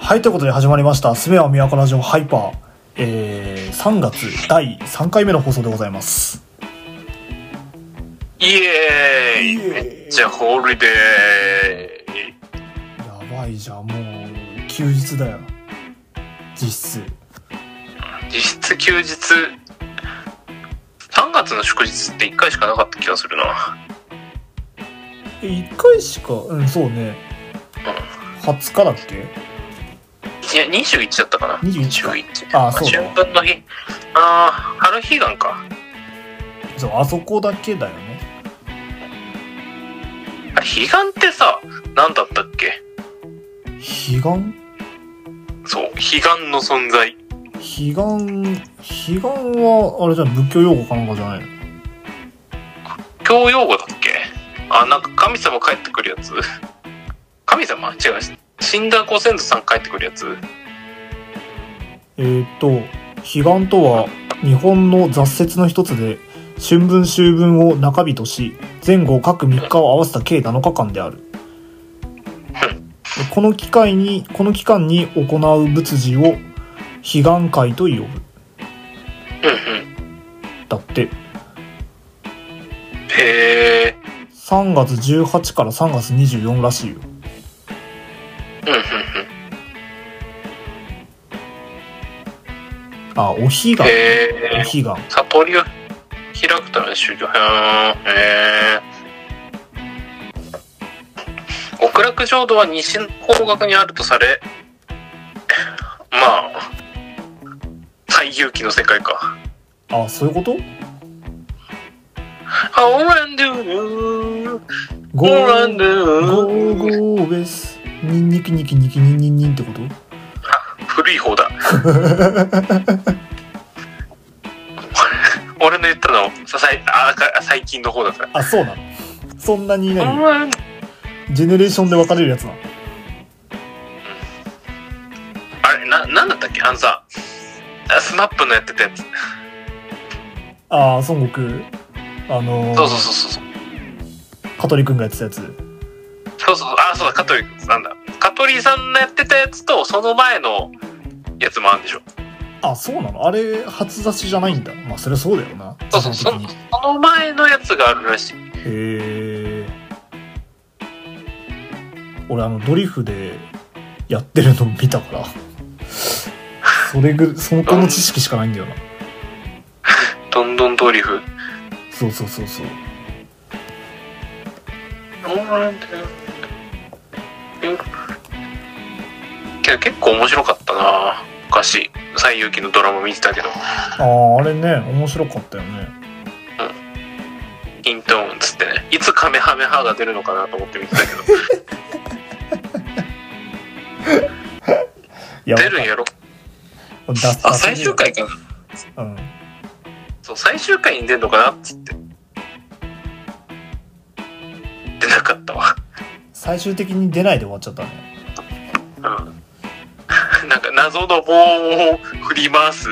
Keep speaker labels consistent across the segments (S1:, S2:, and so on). S1: はい、ということで始まりました、すべは都ラジオハイパー、えー、3月第3回目の放送でございます。
S2: イエーイ
S1: イエーイ
S2: めっちゃホールデー
S1: やばいじゃん、もう、休日だよ。実質。
S2: 実質休日3月の祝日って1回しかなかった気がするな
S1: え、1回しか、うん、そうね。20日だっけ
S2: いや21だったかな
S1: 21か
S2: 21
S1: あそうだ
S2: 春分の日ああ春悲願か
S1: そう、あそこだけだよね。
S2: あれ悲願ってさ何だったっけ
S1: 彼岸
S2: そう悲願の存在
S1: 彼岸、彼岸は、あれじゃん、仏教用語かなんかじゃないの
S2: 教用語だっけあなんか神様帰ってくるやつ神様違う死んだご先祖さん帰ってくるやつ
S1: えーっと、彼岸とは日本の雑説の一つで、春分秋分を中日とし、前後各3日を合わせた計7日間である。この機会に、この期間に行う仏事を彼岸会と呼ぶ。
S2: うんうん
S1: だって、
S2: へえ
S1: 3月18から3月24らしいよ。
S2: うんうんうん
S1: あ、お彼岸。お
S2: へ
S1: 彼
S2: え
S1: 岸。
S2: 悟りを開くための修行へえ極楽浄土は西の方角にあるとされまあ最遊記の世界か
S1: あ、そういうこと
S2: 「オランドゥ
S1: ゴ
S2: オラン
S1: ー、
S2: ド
S1: ゴーゴ
S2: ゥ
S1: ーウェス。ニンニクニキニキニンニンニンってこと
S2: 古い 方だ俺の言ったのささいあか最近の方だった
S1: あ、そうなの。そんなにいない。
S2: オランドゥ
S1: ジェネレーションで分かれるやつなの
S2: あれななんだったっけあのさあスマップのやってたやつ
S1: ああ孫悟空あのー、
S2: そうそうそうそう
S1: 香取君がやってたやつ
S2: そうそう、あ、そうだ、香取さんだ。香取さんのやってたやつと、その前のやつもあるんでしょ。
S1: あそうなのあれ初出しじゃないんだまあそれはそうだよな
S2: そうそう
S1: 基本的に
S2: その前のやつがあるらしい。
S1: へえ俺あのドリフでやってるの見たからそれぐその子の知識しかないんだよな
S2: どんどんドリフ。
S1: そうそうそうそう
S2: けど結構面白かったな昔、西遊記のドラマ見てたけど、
S1: あああれね面白かったよね
S2: イントーンっつってね、いつカメハメハが出るのかなと思って見てたけど、
S1: いや
S2: 出るんやろ。
S1: だ
S2: あ、最終回かな。
S1: うん
S2: そう、最終回に出んのかなっつって。出なかったわ。
S1: 最終的に出ないで終わっちゃったね
S2: うん なんか謎の棒を振り回す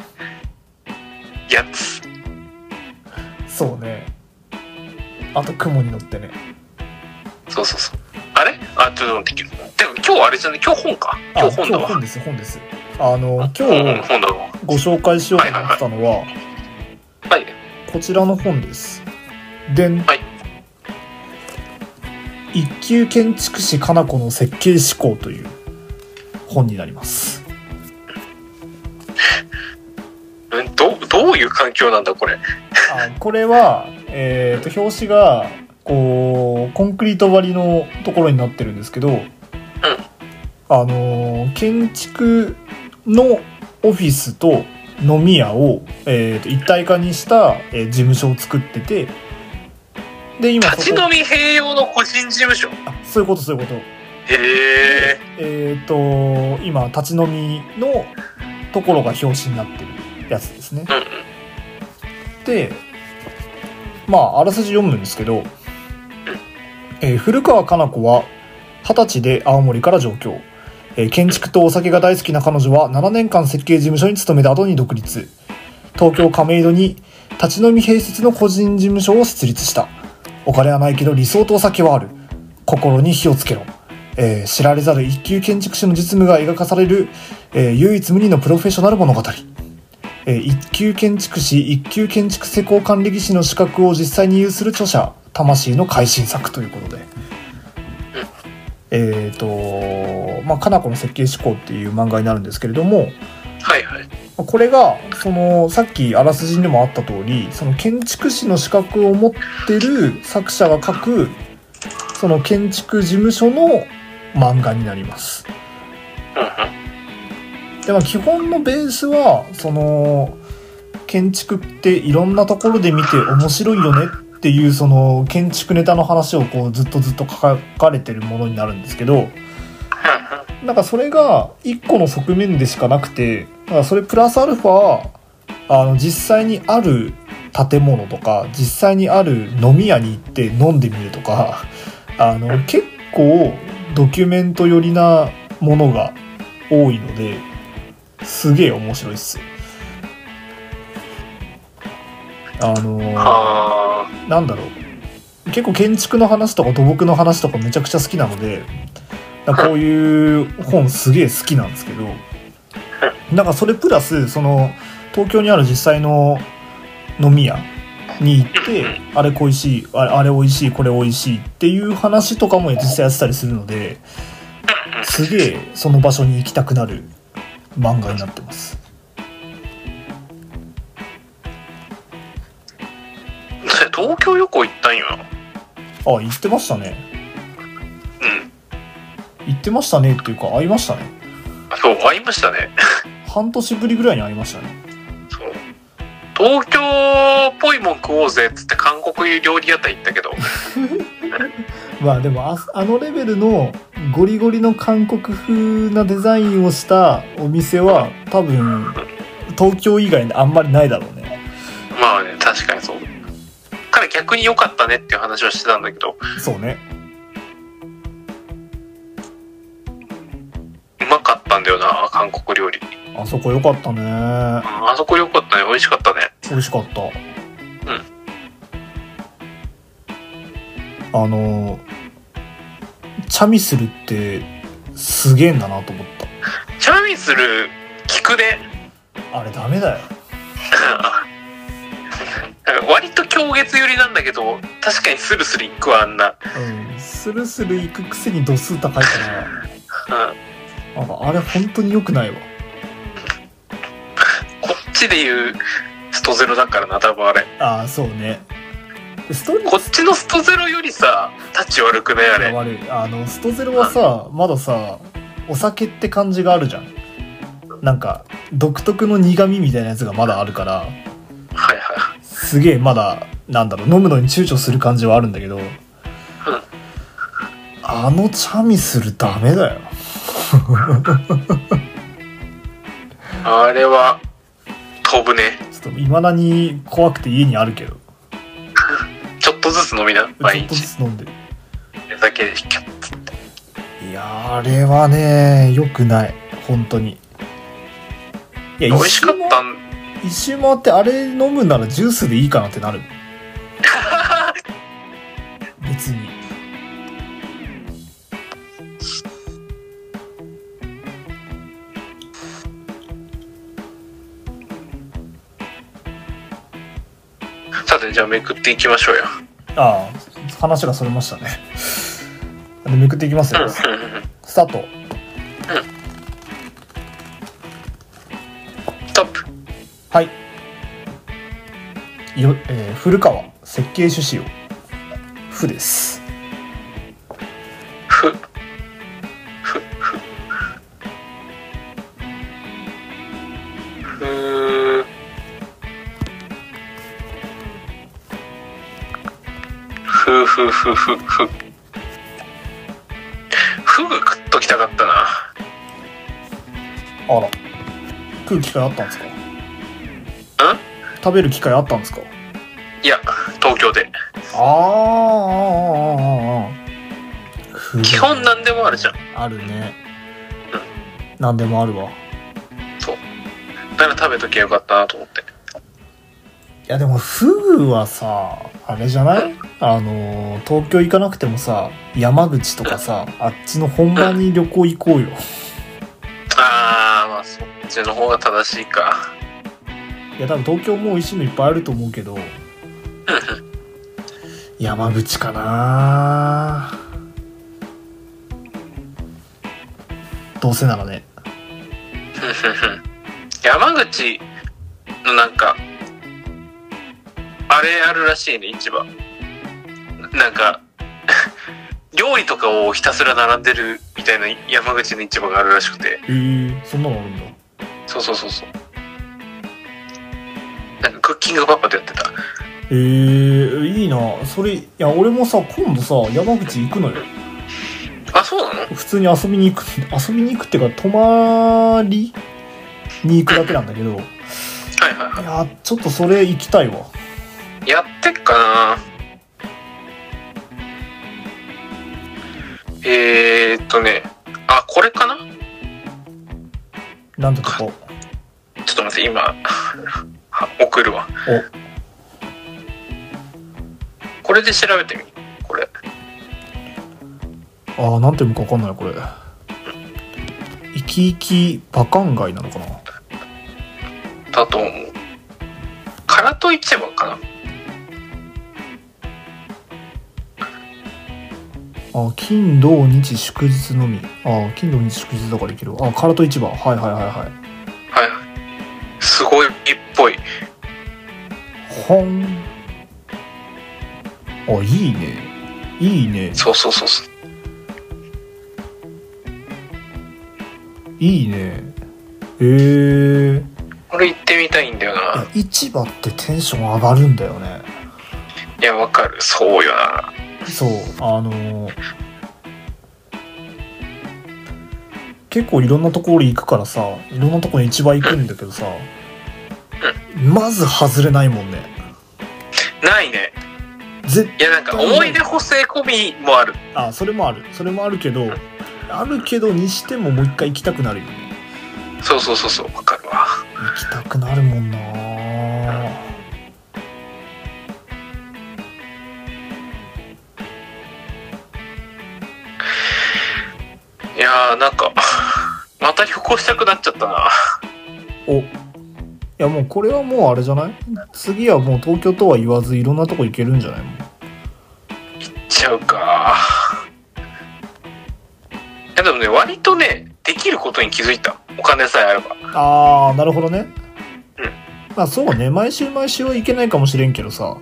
S2: やつ
S1: そうねあと雲に乗ってね
S2: そうそうそうあれあちょっと待ってでも今日あれじゃない今日本か
S1: あ
S2: 今日本だ
S1: 今日
S2: わ
S1: 本です本ですあの今
S2: うん
S1: 日
S2: 本だわ
S1: ご紹介しようと思ってたのは
S2: はい
S1: こちらの本ですでん、
S2: はい
S1: 一級建築士かな子の設計思考という本になります
S2: うんどうどういう環境なんだこれ
S1: あこれはえっ、と表紙がこうコンクリート張りのところになってるんですけど、あのー建築のオフィスと飲み屋を、えーと一体化にした、えー事務所を作っててで今
S2: 立ち
S1: そこ
S2: 飲み併用の個人事務所
S1: あそういうことそういうこと
S2: へ
S1: え
S2: え
S1: っ、と今立ち飲みのところが表紙になってるやつですね
S2: うんうん
S1: でまああらすじ読むんですけど、えー古川佳菜子は二十歳で青森から上京、えー建築とお酒が大好きな彼女は7年間設計事務所に勤めた後に独立東京亀戸に立ち飲み併設の個人事務所を設立したお金はないけど理想とお酒はある心に火をつけろ、ええー知られざる一級建築士の実務が描かされる、えー唯一無二のプロフェッショナル物語。えー一級建築士、一級建築施工管理技師の資格を実際に有する著者、魂の改新作ということで。えっ、と、まあ、かなこの設計思考っていう漫画になるんですけれども、
S2: はいはい。
S1: まあこれがそのさっきあらすじにもあった通りその建築士の資格を持ってる作者が書くその建築事務所の漫画になります。
S2: うんうん。
S1: でまあ基本のベースはその建築っていろんなところで見て面白いよねっていうその建築ネタの話をこうずっとずっと書かれてるものになるんですけどなんかそれが一個の側面でしかなくて、だからそれプラスアルファ、あの実際にある建物とか、実際にある飲み屋に行って飲んでみるとか、あの結構ドキュメント寄りなものが多いので、すげえ面白いっす。あの、
S2: あ
S1: なんだろう。結構建築の話とか土木の話とかめちゃくちゃ好きなので、だからこういう本すげえ好きなんですけど、なんかそれプラス、その、東京にある実際の飲み屋に行って、あれ恋しい、あれあれ美味しい、これ美味しいっていう話とかも実際やってたりするので、すげえその場所に行きたくなる漫画になってます。
S2: あ。 東京旅行行ったんよ。
S1: あ、行ってましたね。
S2: うん。
S1: 行ってましたねっていうか、会いましたね。
S2: そう、会いましたね。
S1: 半年ぶりぐらいに会いましたね。
S2: そう。東京っぽいもん食おうぜっつって韓国料理屋台行ったけど。
S1: まあでもああのレベルのゴリゴリの韓国風なデザインをしたお店は多分東京以外にあんまりないだろうね
S2: まあね、確かにそう。から逆に良かったねっていう話をしてたんだけど、
S1: そうね
S2: うまかったんだよな、韓国料理。うん
S1: あそこ良かったね
S2: あそこ良かったね、美味しかったね。
S1: 美味しかったあのチャミスルってすげえんだなと思っ
S2: チャミスル、聞くね。
S1: たあれダメだよ
S2: なんか割と狂月寄りなんだけど、確かにスルスル行くわ、あんな。
S1: うんスルスル行くくせに度数高いから
S2: うん
S1: なんかあれ本当に良くないわ
S2: こっちで言うストゼロだからな多分あれ
S1: ああそうねストーリー
S2: こっちのストゼロよりさタッチ悪くねあれ
S1: 悪いあのストゼロはさまださお酒って感じがあるじゃんなんか独特の苦味みたいなやつがまだあるから
S2: はいは
S1: すげえまだなんだろう飲むのに躊躇する感じはあるんだけどあのチャミスルダメだよ
S2: いあれは飛ぶね
S1: ちょっといまだに怖くて家にあるけど
S2: ちょっとずつ飲みな
S1: ちょ
S2: 毎
S1: っと
S2: 日
S1: ずつ飲んでる
S2: だけでキャッ
S1: いやーあれはね良くない本当にいや
S2: 美味しかっ
S1: 一周
S2: た
S1: も
S2: ん
S1: 一周回ってあれ飲むならジュースでいいかなってな る別に
S2: さてじゃあめくっていきましょうよ
S1: ああ話がそれましたねでめくっていきますよ
S2: うんうんうん
S1: スタート
S2: ストップ
S1: はいよ、えー古川設計趣旨を「ふ」です
S2: ふふふふふふふふふぐ食っときたかったな
S1: あら食う機会あったんですか
S2: ん
S1: 食べる機会あったんですか
S2: いや東京で
S1: あーあーあーあーあー古川
S2: 基本何でもあるじゃん
S1: あるね何でもあるわ
S2: そうだから食べときゃよかったなと思って
S1: いやでもフグはさあれじゃないあのー東京行かなくてもさ山口とかさあっちの本場に旅行行こうよ
S2: ああまあそっちの方が正しいか
S1: いや多分東京も美味しいのいっぱいあると思うけど山口かなどうせならね
S2: 山口のなんかあれあるらしいね市場なんか 料理とかをひたすら並んでるみたいな山口の市場があるらしくて
S1: えー、そんなのあるんだ
S2: そうそうそうそうなんかクッキングパパでやってた
S1: えー、いいなそれいや俺もさ今度さ山口行くのよ
S2: あそうなの
S1: 普通に遊びに行く遊びに行くっていうか泊まりに行くだけなんだけどい
S2: はいはいは
S1: やちょっとそれ行きたいわ
S2: いやってっかなえー、っとねあこれかな
S1: なんてとこ
S2: ちょっと待って、今、 は送るわ。これで調べてみ。これ。
S1: ああなんていうのか分かんないこれ生き生きバカン街なのかな
S2: だと思う。からといちばかな。
S1: あ金土日祝日のみあ金土日祝日だから行けるわあ唐戸市場はいはいはいはい
S2: はいはい。すごいっぽい。
S1: ほんあいいねいいね
S2: そうそうそうそう。
S1: いいねへえー、い
S2: これ行ってみたいんだよな
S1: や。市場ってテンション上がるんだよね
S2: いや、わかる。そうよな。
S1: そうあのー結構いろんなところ行くからさいろんなところに市場行くんだけどさまず外れないもんね
S2: ないね。
S1: 絶
S2: いや、なんか思い出補正込みもある。
S1: あそれもあるそれもあるけどあるけどにしてももう一回行きたくなるよね
S2: そうそうそうそう。わかるわ。
S1: 行きたくなるもんな
S2: うんいやー、なんか、 また旅行したくなっちゃったな。
S1: おいやもうこれはもうあれじゃない次はもう東京とは言わずいろんなとこ行けるんじゃないもう
S2: ちゃうかいやでもね割とねできることに気づいたお金さえあれば
S1: あーなるほどね
S2: うん
S1: まあそうね毎週毎週はいけないかもしれんけどさ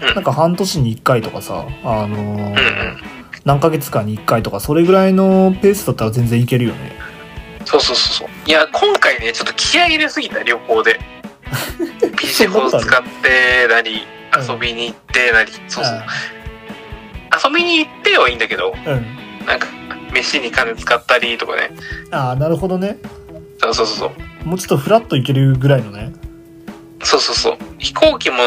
S2: うん
S1: なんか半年に1回とかさあのー
S2: うんうん
S1: 何ヶ月間に1回とかそれぐらいのペースだったら全然いけるよね
S2: そうそうそうそういや今回ねちょっと気合い入れすぎた旅 行で PC
S1: そんな
S2: ホー
S1: ことあ
S2: ス
S1: る
S2: 使ってなり
S1: うん
S2: 遊びに行ってなりそうそう遊びに行ってはいいんだけど
S1: うんうん
S2: なんか飯に金使ったりとかね
S1: ああなるほどね
S2: そうそうそう
S1: もうちょっとフラッといけるぐらいのね
S2: そうそうそうそう飛行機も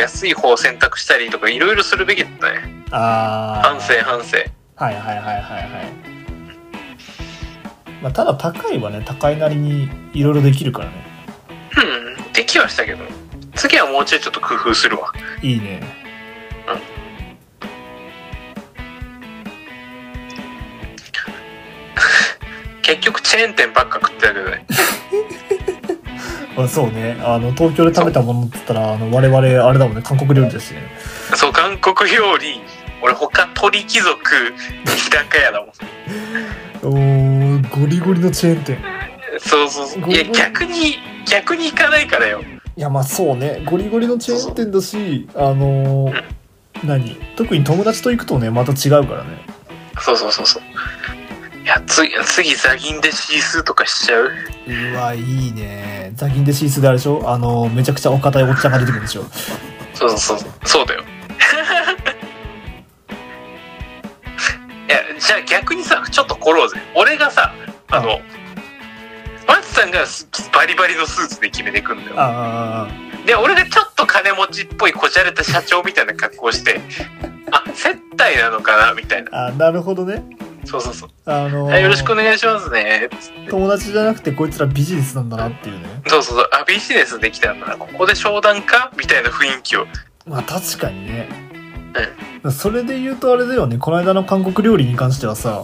S2: 安い方を選択したりとかいろいろするべきだったね
S1: ああ
S2: 反省反省
S1: はいはいはいはいはい、まあ、ただ高いはね高いなりにいろいろできるからね
S2: うんできはしたけど次はもうちょいちょっと工夫するわ
S1: いいね
S2: 結局チェーン店ばっか食ってたけどね
S1: まあそうねあの東京で食べたものって言ったらあの我々あれだもんね韓国料理ですね
S2: そう韓国料理俺他鳥貴族日高屋だもん
S1: おーゴリゴリのチェーン店
S2: そうそうそういや逆に逆に行かないからよ
S1: いやまあそうねゴリゴリのチェーン店だしあのー何特に友達と行くとねまた違うからね
S2: そうそうそうそういや次次ザギンでシースーとかしちゃう
S1: うわいいねザギンでシースであれでしょあのめちゃくちゃお堅いおっちゃんが出てくるでしょ
S2: そうそうそうそうだよ いやじゃあ逆にさちょっと来ろうぜ俺がさあのマツさんがスバリバリのスーツで決めていくんだよ
S1: あ
S2: で俺がちょっと金持ちっぽいこじゃれた社長みたいな格好をしてあ接待なのかなみたいな
S1: あああなるほどね
S2: そうそうそう、
S1: あの
S2: はいよろしくお願いしますね
S1: 友達じゃなくてこいつらビジネスなんだなっていうね
S2: そうそうそうあビジネスできたんだなここで商談かみたいな雰囲気を
S1: まあ確かにね。それで言うとあれだよね、この間の韓国料理に関してはさ、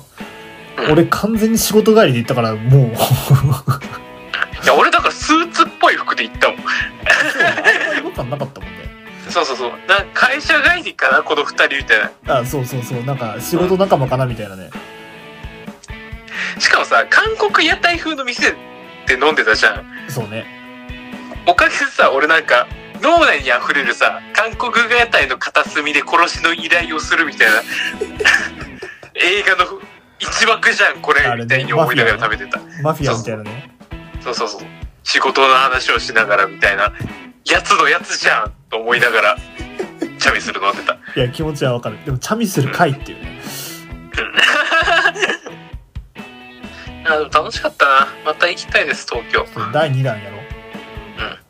S2: うん
S1: 俺完全に仕事帰りで行ったから、もう。
S2: いや俺だからスーツっぽい服で行ったもん
S1: そうあんま違和感なかったもんね。
S2: そうそうそうなんか会社帰りかなこの二人みたいな
S1: あ、そうそうそう、なんか仕事仲間かなみたいなね。
S2: しかもさ韓国屋台風の店で飲んでたじゃん
S1: そうね。
S2: おかげでさ俺なんか脳内に溢れるさ韓国屋台の片隅で殺しの依頼をするみたいな映画の一幕じゃんこれ
S1: あれね
S2: みたいに思いながら食べてた、
S1: マフィアみたいなね。
S2: そうそうそう仕事の話をしながらみたいなやつのやつじゃんと思いながらチャミスル飲んでた
S1: いや、気持ちはわかる。でも、チャミする会っていうね。
S2: あでも楽しかったなまた行きたいです東京、、
S1: そううん第2弾やろ。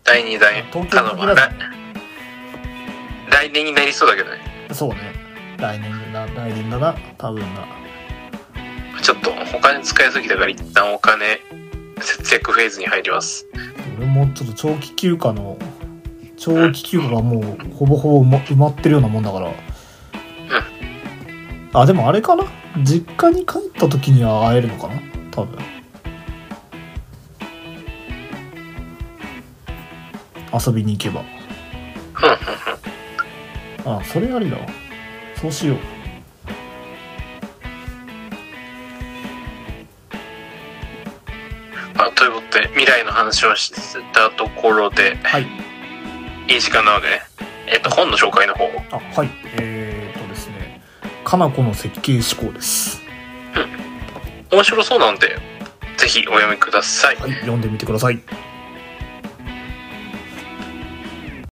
S2: 第2弾
S1: 東京
S2: 頼
S1: 限
S2: む
S1: らず
S2: 来来年になりそうだけどね
S1: そうね。来年だ、来年だな。多分な。
S2: ちょっとお金使いすぎたから一旦お金節約フェーズに入ります
S1: 俺もちょっと長期休暇の、長期休暇がもうほぼほぼ埋ま埋まってるようなもんだから。あ、でもあれかな実家に帰った時には会えるのかな多分。遊びに行けば。
S2: うんうんうん
S1: あ、それありだわ。そうしよう。
S2: まあ、ということで未来の話をしたところで
S1: はい。
S2: いい時間なのでねえっと本の紹介の方
S1: あはいえー、とですね「かなこの設計思考」です
S2: 面白そうなんでぜひお読みください
S1: はい読んでみてください